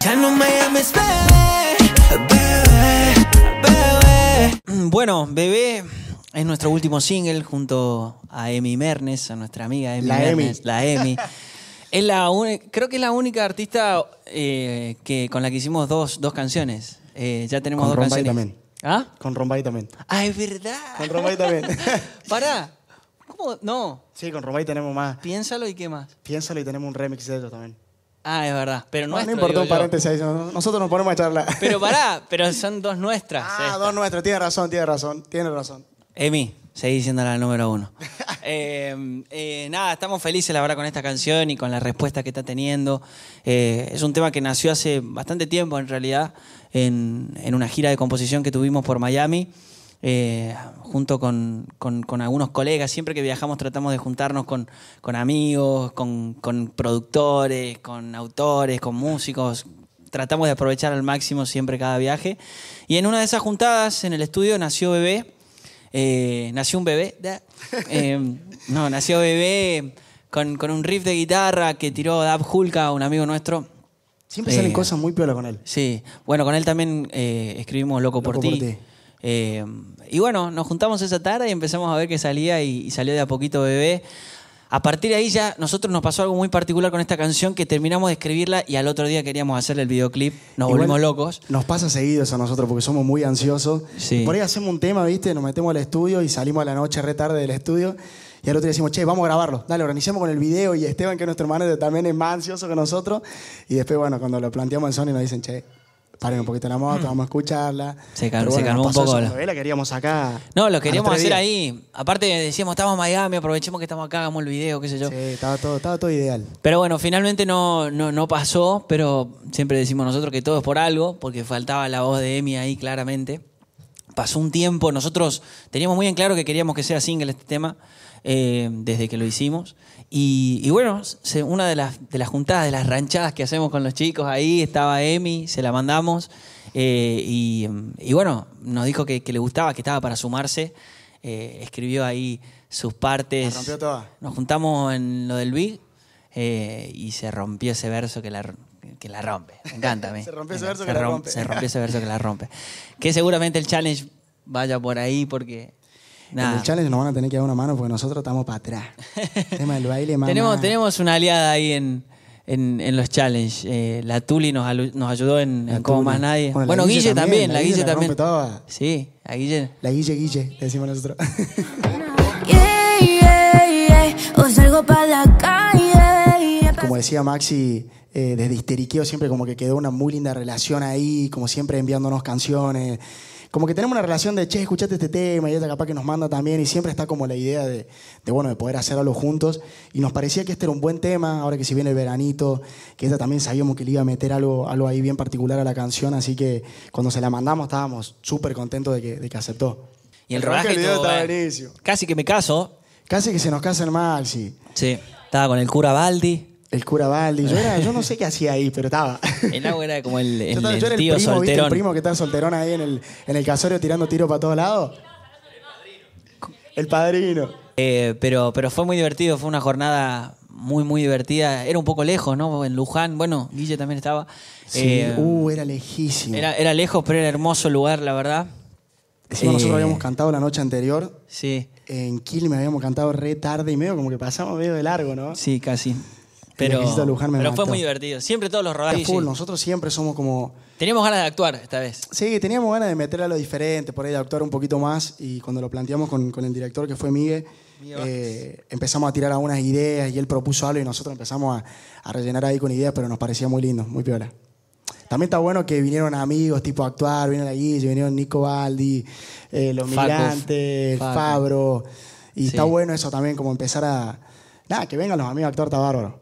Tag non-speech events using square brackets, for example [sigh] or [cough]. Ya no me llames bebé, bebé, bebé. Bueno, bebé es nuestro último single junto a Emi Mernes, a nuestra amiga Emi La Mernes, Emi. la [laughs] Emi. Es la uni- creo que es la única artista eh, que, con la que hicimos dos, dos canciones. Eh, ya tenemos Con dos Rombay canciones. también. ¿Ah? Con Rombay también. Ah, es verdad. Con Rombay también. [laughs] Pará. ¿Cómo? No. sí, con Rombay tenemos más. Piénsalo y qué más. Piénsalo y tenemos un remix de ellos también. Ah, es verdad. Pero No, no nuestro, importa digo un yo. paréntesis. ahí, no- Nosotros nos ponemos [laughs] a charlar. Pero pará, pero son dos nuestras. Ah, estas. dos nuestros. Tiene razón, tiene razón, tiene razón. Emi, seguí siendo la número uno. Eh, eh, nada, estamos felices la verdad con esta canción y con la respuesta que está teniendo. Eh, es un tema que nació hace bastante tiempo en realidad, en, en una gira de composición que tuvimos por Miami. eh, junto con, con- con algunos colegas, siempre que viajamos tratamos de juntarnos con, con amigos, con, con productores, con autores, con músicos, tratamos de aprovechar al máximo siempre cada viaje. Y en una de esas juntadas en el estudio nació Bebé, eh, nació un bebé. da. Eh, no, nació bebé con, con un riff de guitarra que tiró Dab Hulka, un amigo nuestro. Siempre Eh. salen cosas muy piola con él. Sí, bueno, con él también eh, escribimos Loco, por Loco por ti. ti. Eh, y bueno, nos juntamos esa tarde y empezamos a ver que salía y, y salió de a poquito bebé. A partir de ahí ya nosotros nos pasó algo muy particular con esta canción que terminamos de escribirla y al otro día queríamos hacerle el videoclip. Nos Igual volvimos locos. Nos pasa seguido eso a nosotros porque somos muy ansiosos. Sí. Por ahí hacemos un tema, ¿viste? Nos metemos al estudio y salimos a la noche re tarde del estudio. Y al otro día decimos, che, vamos a grabarlo. Dale, organicemos con el video. Y Esteban, que es nuestro hermano, también es más ansioso que nosotros. Y después, bueno, cuando lo planteamos en Sony, nos dicen, che, paren un poquito la moto, vamos a escucharla. Mm. Se cal- Pero se calmó nos un pasó poco eso la- con Bebé, La queríamos acá. No, a lo los queríamos tres hacer días. ahí. Aparte decíamos, estamos en Miami, aprovechemos que estamos acá, hagamos el video, qué sé yo. Sí, estaba todo, estaba todo ideal. Pero bueno, finalmente no, no, no pasó, pero siempre decimos nosotros que todo es por algo, porque faltaba la voz de Emi ahí claramente. Pasó un tiempo, nosotros teníamos muy en claro que queríamos que sea single este tema, eh, desde que lo hicimos. Y, y bueno, se- una de las, de las juntadas, de las ranchadas que hacemos con los chicos, ahí estaba Emi, se la mandamos. eh, y, y bueno, nos dijo que, que le gustaba, que estaba para sumarse. eh, escribió ahí sus partes. La rompió toda. Nos juntamos en lo del Big eh, y se rompió ese verso que la, que la rompe. Me encanta a mí. [laughs] Se rompió ese Me- verso se que la rom- rompe. Se rompió ese verso que la [laughs] rompe. Que seguramente el challenge vaya por ahí porque. En Nada. el challenge nos van a tener que dar una mano porque nosotros estamos [laughs] para atrás. El tema del baile, mamá. Tenemos, tenemos una aliada ahí en, en, en los challenge. Eh, la Tuli nos, alu- nos ayudó en, en La Como Tuli. Más Nadie. Bueno, Bueno, la Guille, Guille también, la Guille, la también. rompe toda. Sí, la Guille. La Guille Guille, decimos nosotros. Yeah, yeah, yeah. O salgo para la calle. yeah, pa' como decía Maxi, eh, desde Histeriqueo siempre como que quedó una muy linda relación ahí, como siempre enviándonos canciones. Como que tenemos una relación de, che, escuchate este tema, y ella capaz que nos manda también, y siempre está como la idea de, de, bueno, de poder hacer algo juntos. Y nos parecía que este era un buen tema, ahora que si viene el veranito, que ella también sabíamos que le iba a meter algo, algo ahí bien particular a la canción, así que cuando se la mandamos estábamos súper contentos de que, de que aceptó. Y el, La verdad rodaje que el video estuvo, está eh, buenísimo. Casi que me caso. Casi que se nos casa el Maxi. Sí. Estaba con el cura Baldi. El cura Valdi, yo, era- yo no sé qué hacía ahí, pero estaba. El agua era como [laughs] el, el- yo, estaba- el yo era el tío primo, ¿viste? solterón. El primo que está solterón ahí en el, en el casorio tirando tiro para todos lados. El padrino. Eh, pero, pero fue muy divertido, fue una jornada muy, muy divertida. Era un poco lejos, ¿no? En Luján, bueno, Guille también estaba. Sí. Eh, uh, era lejísimo. era, era lejos, pero era hermoso lugar, la verdad. Encima nosotros Eh, habíamos cantado la noche anterior. Sí, En Quilmes habíamos cantado re tarde y medio, como que pasamos medio de largo, ¿no? sí, casi. Pero, Viajecito a Luján me pero fue mató. muy divertido. Siempre todos los Está rodajes. full, sí. Nosotros siempre somos como. Teníamos ganas de actuar esta vez. Sí, teníamos ganas de meter a lo diferente, por ahí de actuar un poquito más. Y cuando lo planteamos con, con el director, que fue Miguel, eh, empezamos a tirar algunas ideas y él propuso algo y nosotros empezamos a, a rellenar ahí con ideas, pero nos parecía muy lindo, muy piola. También está bueno que vinieron amigos tipo a actuar, vinieron la Guille, vinieron Nico Baldi, eh, los Facu. migrantes, Facu. Fabro. Y Sí. está bueno eso también, como empezar a. Nada, que vengan los amigos a actuar, está bárbaro.